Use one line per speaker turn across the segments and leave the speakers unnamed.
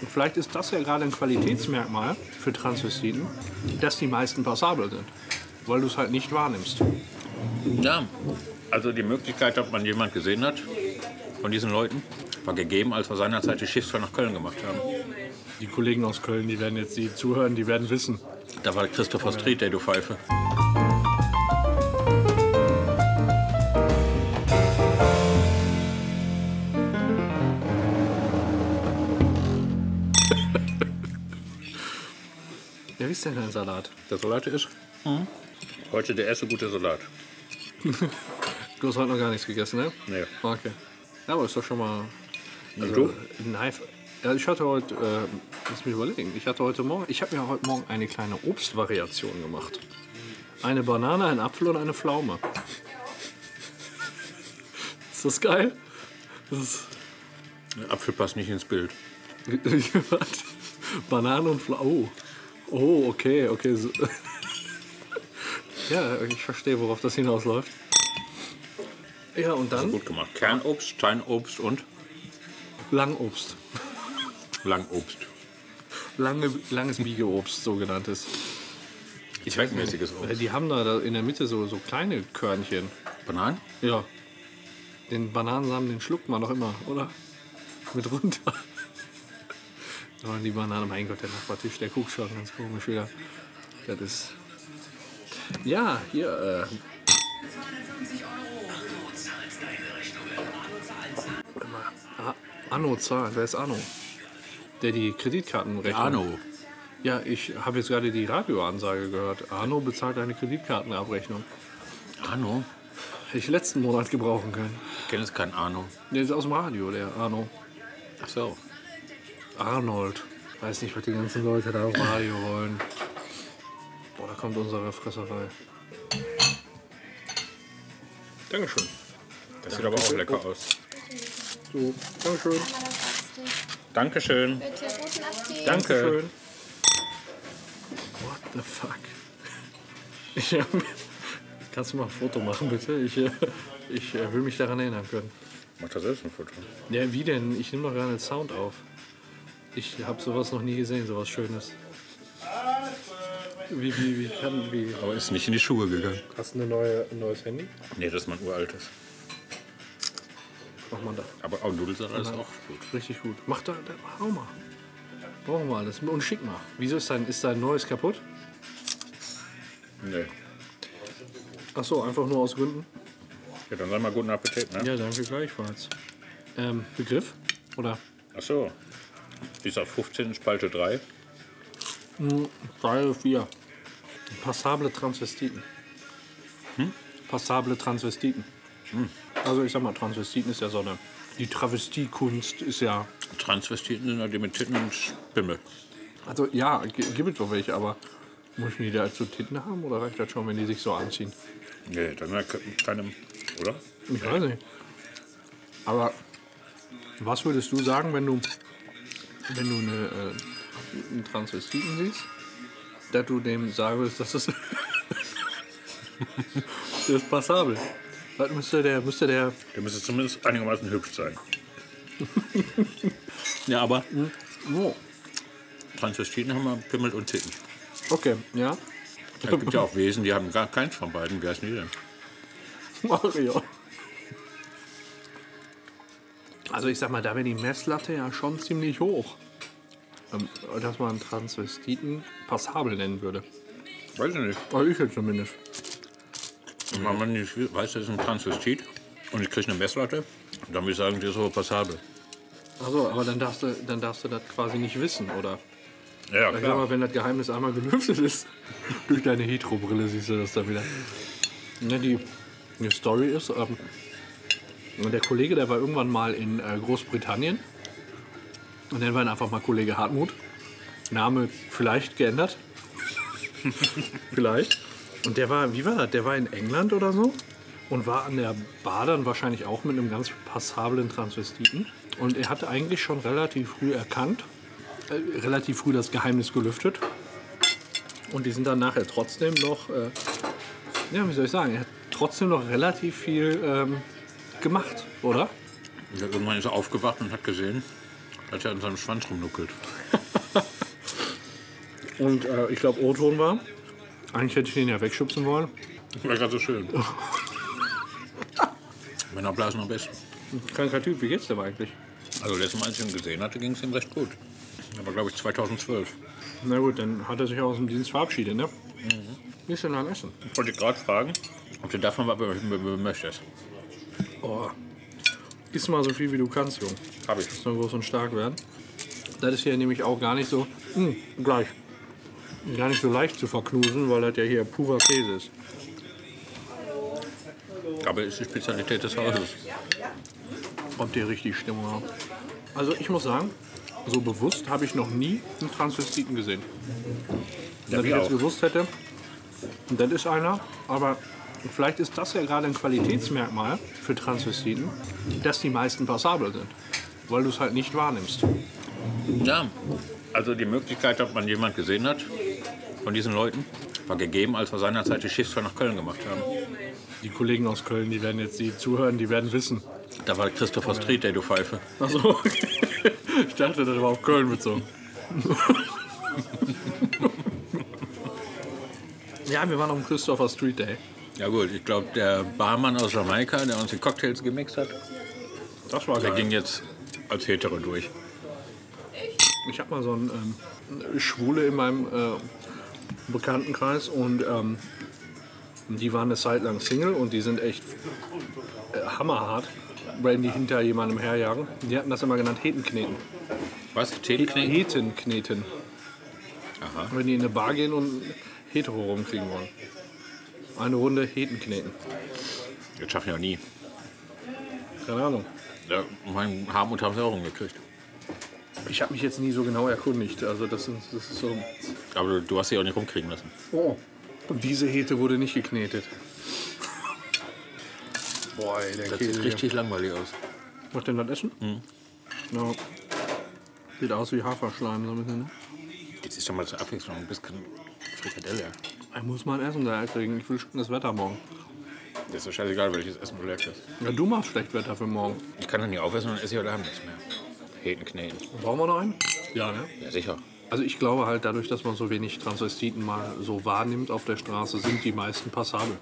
Und vielleicht ist das ja gerade ein Qualitätsmerkmal für Transvestiten, dass die meisten passabel sind, weil du es halt nicht wahrnimmst.
Ja, also die Möglichkeit, ob man jemand gesehen hat von diesen Leuten, war gegeben, als wir seinerzeit die Schiffsfahrt nach Köln gemacht haben.
Die Kollegen aus Köln, die werden jetzt die zuhören, die werden wissen.
Da war Christopher Street, der du Pfeife.
Ja, wie ist denn dein Salat?
Der Salat ist Hm? heute der erste gute Salat.
Du hast heute noch gar nichts gegessen, ne?
Nee.
Okay. Ja, aber ist doch schon mal.
Und du?
Nein. Ja, ich hatte heute, äh, lass mich überlegen, ich hatte heute Morgen, ich habe mir heute Morgen eine kleine Obstvariation gemacht. Eine Banane, ein Apfel und eine Pflaume. Ist das geil? Das ist,
Der Apfel passt nicht ins Bild.
Warte. Banane und Pflaume. Oh. oh, okay, okay. so- ja, ich verstehe, worauf das hinausläuft. Ja, und dann
Gut gemacht. Kernobst, Steinobst und
Langobst.
Langobst.
Lange, langes Biegeobst, sogenanntes.
Zweckmäßiges
Äh,
Obst.
Die haben da da in der Mitte so, so kleine Körnchen.
Bananen?
Ja. Den Bananensamen, den schluckt man doch immer, oder? Mit runter. Aber die Banane, mein Gott, der Nachbartisch, der guckt schon ganz komisch wieder. Das ist. Ja, hier. Äh. Immer. Ah, Anno zahlt. Wer ist Anno? Der die Kreditkartenrechnung.
Arno.
Ja, ich habe jetzt gerade die Radioansage gehört. Arno bezahlt eine Kreditkartenabrechnung.
Arno?
Hätte ich letzten Monat gebrauchen können.
Ich kenne jetzt keinen Arno.
Der ist aus dem Radio, der Arno.
Ach so.
Arnold. Weiß nicht, was die ganzen Leute da auf dem Radio wollen. Boah, da kommt unsere Fresserei. Dankeschön.
Das sieht aber auch lecker aus.
So, Dankeschön.
Dankeschön.
Bitte guten Appetit.
Danke.
Dankeschön. What the fuck? Ich, hab- kannst du mal ein Foto machen, bitte? Ich, äh, ich äh, will mich daran erinnern können.
Mach da selbst ein Foto.
Ja, wie denn? Ich nehme doch gerade Sound auf. Ich habe sowas noch nie gesehen, sowas Schönes. Wie, wie, wie kann, wie?
Aber ist nicht in die Schuhe gegangen.
Hast du eine neue, ein neues Handy?
Nee, das ist mein uraltes.
Mach mal da.
Aber auch Nudelsalat ist auch gut.
Richtig gut. Mach da, da hau mal. Brauchen wir alles. Und schick mal. Wieso ist dein, ist dein neues kaputt?
Nee.
Ach so, einfach nur aus Gründen?
Ja, dann sag mal guten Appetit, ne?
Ja, danke gleichfalls. Ähm, Begriff? Oder?
Ach so. Die ist auf 15. Spalte 3.
3, 4. Passable Transvestiten. Passable Transvestiten. Also ich sag mal, Transvestiten ist ja so eine. Die Travestiekunst ist ja.
Transvestiten sind ja die mit Titten und Spimmel.
Also ja, gi- gibt es doch welche, aber müssen die da so Titten haben oder reicht das schon, wenn die sich so anziehen?
Nee, dann hat keine. Oder?
Ich weiß nicht. Aber was würdest du sagen, wenn du, wenn du eine, äh, einen Transvestiten siehst, dass du dem sagen würdest, dass das, das ist passabel. Was müsste der, müsste der,
Der müsste zumindest einigermaßen hübsch sein. ja, aber hm,
oh,
Transvestiten haben wir Pimmel und Titten.
okay, ja,
Es gibt ja auch Wesen, die haben gar keins von beiden. Wie heißen die denn?
Mario. Also ich sag mal, da wäre die Messlatte ja schon ziemlich hoch, ähm, dass man einen Transvestiten passabel nennen würde.
Weiß ich nicht.
Also ich jetzt zumindest.
Und Wenn man nicht weiß, das ist ein Transvestit und ich kriege eine Messlatte, dann würde ich sagen, die ist aber passabel.
Achso, aber dann darfst, du, dann darfst du das quasi nicht wissen, oder?
Ja,
Ich sag mal, wenn das Geheimnis einmal gelüftet ist, durch deine Heterobrille siehst du das dann wieder. Ne, die, die Story ist, ähm, der Kollege, der war irgendwann mal in äh, Großbritannien. Und nennen wir ihn einfach mal Kollege Hartmut. Name vielleicht geändert. vielleicht. Und der war, wie war das? Der war in England oder so und war an der Bar dann wahrscheinlich auch mit einem ganz passablen Transvestiten. Und er hatte eigentlich schon relativ früh erkannt, äh, relativ früh das Geheimnis gelüftet. Und die sind dann nachher trotzdem noch, äh, ja, wie soll ich sagen, er hat trotzdem noch relativ viel ähm, gemacht, oder?
Ja, Irgendwann ist er aufgewacht und hat gesehen, als er an seinem Schwanz rumnuckelt.
Und äh, ich glaube, O-Ton war. Eigentlich hätte ich den ja wegschubsen wollen.
War gerade so schön. Männer blasen am besten.
Kranker Typ, wie geht's dem eigentlich?
Also letztes Mal, als ich ihn gesehen hatte, ging es ihm recht gut. Aber glaube ich 2012.
Na gut, dann hat er sich aus dem Dienst verabschiedet, ne? Wie ist denn dein Essen?
Ich wollte gerade fragen, ob du davon was be- be- be- möchtest.
Oh. Iss mal so viel wie du kannst, Junge.
Habe ich.
Soll groß und stark werden. Das ist hier nämlich auch gar nicht so. Mh, gleich. Gar nicht so leicht zu verknusen, weil das ja hier purer Käse ist.
Aber ist die Spezialität des Hauses.
Kommt hier richtig Stimmung auf. Also ich muss sagen, so bewusst habe ich noch nie einen Transvestiten gesehen. Wenn ich
wir
jetzt
auch.
gewusst hätte, das ist einer, aber vielleicht ist das ja gerade ein Qualitätsmerkmal für Transvestiten, dass die meisten passabel sind, weil du es halt nicht wahrnimmst.
Ja, also die Möglichkeit, ob man jemand gesehen hat von diesen Leuten, war gegeben, als wir seinerzeit die Schiffsfahrt nach Köln gemacht haben.
Die Kollegen aus Köln, die werden jetzt die zuhören, die werden wissen.
Da war Christopher Street, der du Pfeife.
Achso, ich dachte, das war auf Köln bezogen. ja, wir waren auf dem Christopher Street Day.
Ja gut, ich glaube, der Barmann aus Jamaika, der uns die Cocktails gemixt hat,
Das war
der
geil.
ging jetzt als Hetero durch.
Ich habe mal so einen ähm, Schwule in meinem äh, Bekanntenkreis und ähm, die waren eine Zeit lang Single und die sind echt äh, hammerhart, wenn die hinter jemandem herjagen. Die hatten das immer genannt Hetenkneten.
Was? Teeknee?
Hetenkneten.
Aha.
Wenn die in eine Bar gehen und Hetero rumkriegen wollen. Eine Runde Hetenkneten.
Das schaffen ja nie.
Keine Ahnung.
Ja, mein Haben und haben sie auch rumgekriegt.
Ich habe mich jetzt nie so genau erkundigt. Also das ist, das ist so.
Aber du, du hast sie auch nicht rumkriegen lassen.
Oh. Und diese Hete wurde nicht geknetet. Boah, ey, der
Das
Käse
sieht
hier. Hm.
richtig langweilig aus.
Macht denn das Essen? Ja. Sieht aus wie Haferschleim so ein bisschen. Ne?
Jetzt ist doch mal zur Abwechslung ein bisschen Frikadelle.
Ich muss mal ein Essen da kriegen. Ich will das Wetter morgen.
Das ist doch scheißegal, welches Essen du leckst.
Ja, du machst schlecht Wetter für morgen.
Ich kann dann nicht aufessen und esse ich heute Abend nichts mehr. Hetenkneten.
Brauchen wir noch einen? Ja, ne?
Ja, sicher.
Also ich glaube halt, dadurch, dass man so wenig Transvestiten mal so wahrnimmt auf der Straße, sind die meisten passabel.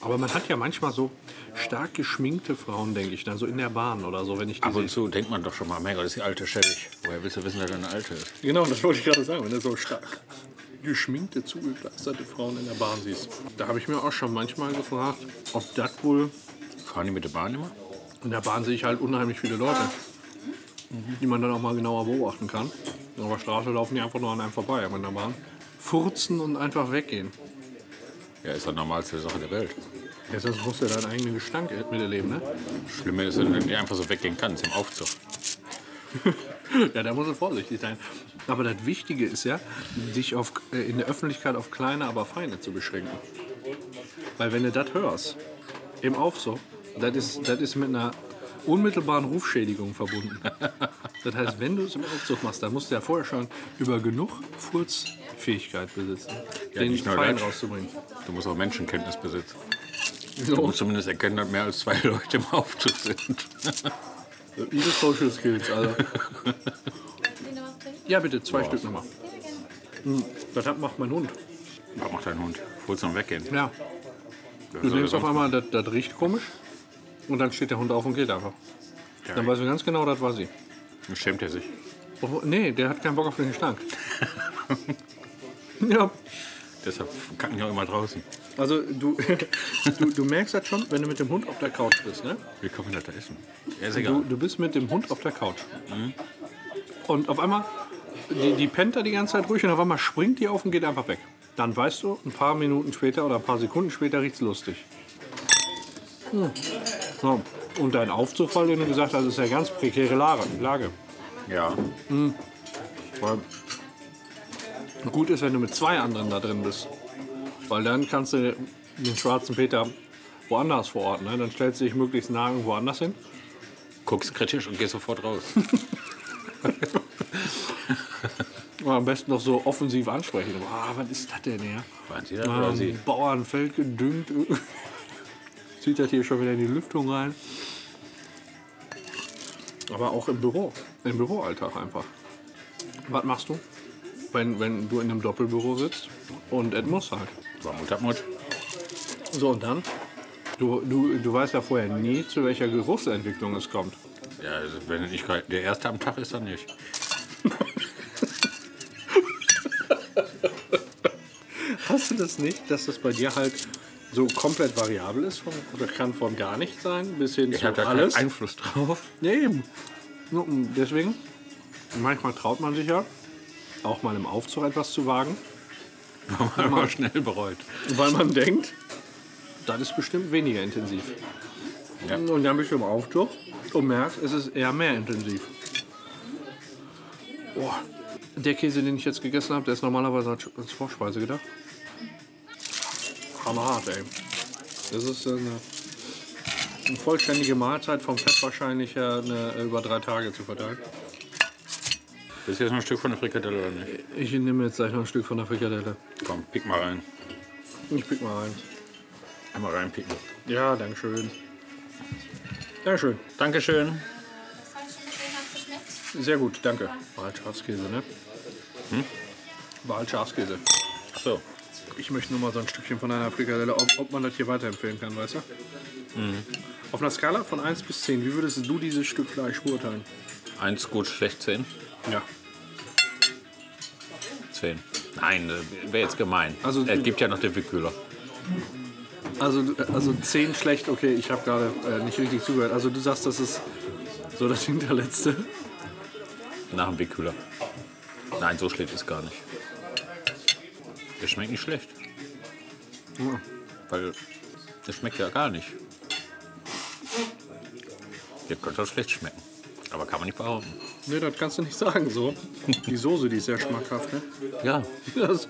Aber man hat ja manchmal so stark geschminkte Frauen, denke ich, dann so in der Bahn oder so, wenn ich die
Ab und
sehe.
zu denkt man doch schon mal, mein Gott, das ist die alte Schädig. Woher willst du wissen, dass er eine alte ist?
Genau, das wollte ich gerade sagen, wenn du so stark geschminkte, zugepflasterte Frauen in der Bahn siehst. Da habe ich mir auch schon manchmal gefragt, ob das wohl
Fahren die mit der Bahn immer?
In der Bahn sehe ich halt unheimlich viele Leute, die man dann auch mal genauer beobachten kann. Auf der Straße laufen die einfach nur an einem vorbei, aber in der Bahn. Furzen und einfach weggehen.
Ja, ist doch normalste Sache der Welt.
Ja, sonst musst du deinen eigenen Gestank miterleben, ne?
Schlimmer ist, wenn du nicht einfach so weggehen kannst im Aufzug.
Ja, da muss man vorsichtig sein. Aber das Wichtige ist ja, dich auf, äh, in der Öffentlichkeit auf kleine, aber feine zu beschränken. Weil wenn du das hörst, im Aufzug, das ist, das ist mit einer unmittelbaren Rufschädigung verbunden. Das heißt, wenn du es im Aufzug machst, dann musst du ja vorher schon über genug Furzfähigkeit besitzen, den
nicht nur
Fein
das.
rauszubringen.
Du musst auch Menschenkenntnis besitzen. Du
So,
musst zumindest erkennen, dass mehr als zwei Leute im Aufzug sind.
diese Social Skills, also. Ja, bitte, zwei Stück nochmal. Hm, Das hat- macht mein Hund.
Was macht dein Hund? Holst du weggehen?
Ja, Du denkst auf einmal, das, das riecht komisch. Und dann steht der Hund auf und geht einfach. Dann weiß ich ganz genau, das war sie.
Dann schämt er sich.
Obwohl- Nee, der hat keinen Bock auf den Gestank. ja,
Deshalb kacken die auch immer draußen.
also du, du, du merkst das schon, wenn du mit dem Hund auf der Couch bist. Ne?
Wie kann man das da essen? Ja, ist
Du,
egal.
du bist mit dem Hund auf der Couch. Und auf einmal, die, die pennt da die ganze Zeit ruhig und auf einmal springt die auf und geht einfach weg. Dann weißt du, ein paar Minuten später oder ein paar Sekunden später riecht's lustig. Hm. So. Und dein Aufzug, weil du gesagt hast, ist ja ganz prekäre Lage. Lage.
Ja.
Weil gut ist, wenn du mit zwei anderen da drin bist. Weil dann kannst du den schwarzen Peter woanders verorten. Ne? Dann stellst du dich möglichst nah irgendwo anders hin.
Guckst kritisch und gehst sofort raus.
Und am besten noch so offensiv ansprechen. Boah, was ist das denn hier?
Waren Sie das oder Sie?
Ähm, Bauernfeld gedüngt. Zieht das hier schon wieder in die Lüftung rein. Aber auch im Büro, im Büroalltag einfach. Was machst du, wenn, wenn du in einem Doppelbüro sitzt und es muss halt?
Samut, Abmut.
So und dann? Du, du, du weißt ja vorher nie, zu welcher Geruchsentwicklung es kommt.
Ja, also wenn ich kein- der erste am Tag ist, dann nicht.
Hast du das nicht, dass das bei dir halt so komplett variabel ist? Von, das kann von gar nichts sein bis hin
Ich habe
zu
da keinen
alles.
Einfluss drauf.
Ja, eben. Nur, um- Deswegen, manchmal traut man sich ja, auch mal im Aufzug etwas zu wagen,
War man aber schnell bereut.
weil man denkt, das ist bestimmt weniger intensiv.
Ja.
Und dann bist du im Aufzug und merkst, es ist eher mehr intensiv. Boah. Der Käse, den ich jetzt gegessen habe, der ist normalerweise als als Vorspeise gedacht. Hammerhart, ey. Das ist äh, eine, eine vollständige Mahlzeit vom Fett wahrscheinlich her, eine, äh, über drei Tage zu verteilen.
Ist jetzt noch ein Stück von der Frikadelle oder nicht?
Ich nehme jetzt gleich noch ein Stück von der Frikadelle.
Komm, pick mal rein.
Ich pick mal ein.
Einmal reinpicken.
Ja, dankeschön. Dankeschön.
Dankeschön.
Sehr gut, danke. War halt Schafskäse, ne? War halt Schafskäse.
Ach So,
Ich möchte nur mal so ein Stückchen von einer Frikadelle, ob, ob man das hier weiterempfehlen kann, weißt du? Mhm. Auf einer Skala von 1 bis 10, wie würdest du dieses Stück Fleisch beurteilen?
eins gut, schlecht zehn.
Ja.
Zehn. Nein, wäre jetzt gemein.
Also-
Also, es gibt ja noch den Wickkühler.
Also, also 10 schlecht, okay, ich habe gerade äh, nicht richtig zugehört. Also du sagst, das ist so das hinterletzte.
Nach dem Wickkühler. Nein, so schlecht ist gar nicht. Der schmeckt nicht schlecht.
Ja.
Weil das schmeckt ja gar nicht. Der könnte auch schlecht schmecken. Aber kann man nicht behaupten.
Nee, das kannst du nicht sagen so. Die Soße, die ist sehr schmackhaft, ne?
Ja,
Das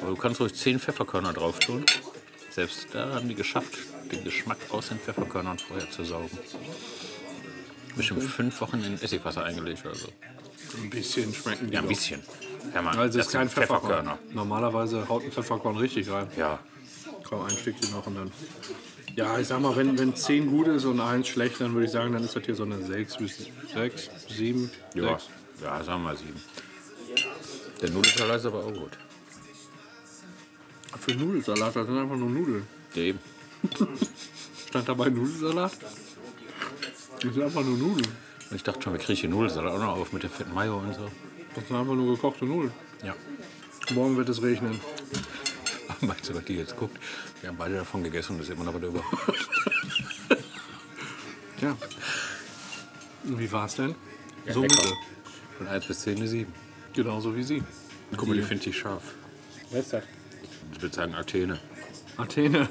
aber du kannst ruhig zehn Pfefferkörner drauf tun. Selbst da haben die geschafft, den Geschmack aus den Pfefferkörnern vorher zu saugen. Bestimmt fünf Wochen in Essigwasser eingelegt oder so.
ein bisschen schmecken die
Ja, ein
doch.
bisschen. Ja, man,
Also es ist
sind
kein Pfefferkörner. Normalerweise haut ein Pfefferkorn richtig rein.
Ja,
Komm, ein Stückchen noch und dann. Ja, ich sag mal, wenn, wenn 10 gut ist und 1 schlecht, dann würde ich sagen, dann ist das hier so eine 6 bis 6, 7,
ja.
6.
ja, sagen wir sieben. Der Nudelsalat ist aber auch gut.
Für Nudelsalat, das sind einfach nur Nudeln.
Ja, eben.
Stand dabei Nudelsalat? Das sind einfach nur Nudeln.
Und Ich dachte schon, wir kriegen den Nudelsalat auch noch auf mit der fetten Mayo und so.
Das sind einfach nur gekochte Nudeln.
Ja.
Morgen wird es regnen.
Meinst du, was die jetzt guckt? Wir haben beide davon gegessen und es ist immer noch was über.
Ja. Und wie war's denn? so
lecker.
mittel.
Von 1 bis 10 eine 7.
Genauso wie sie.
Guck mal, die finde ich scharf.
Wer ist das?
Ich würde sagen Athene.
Athene.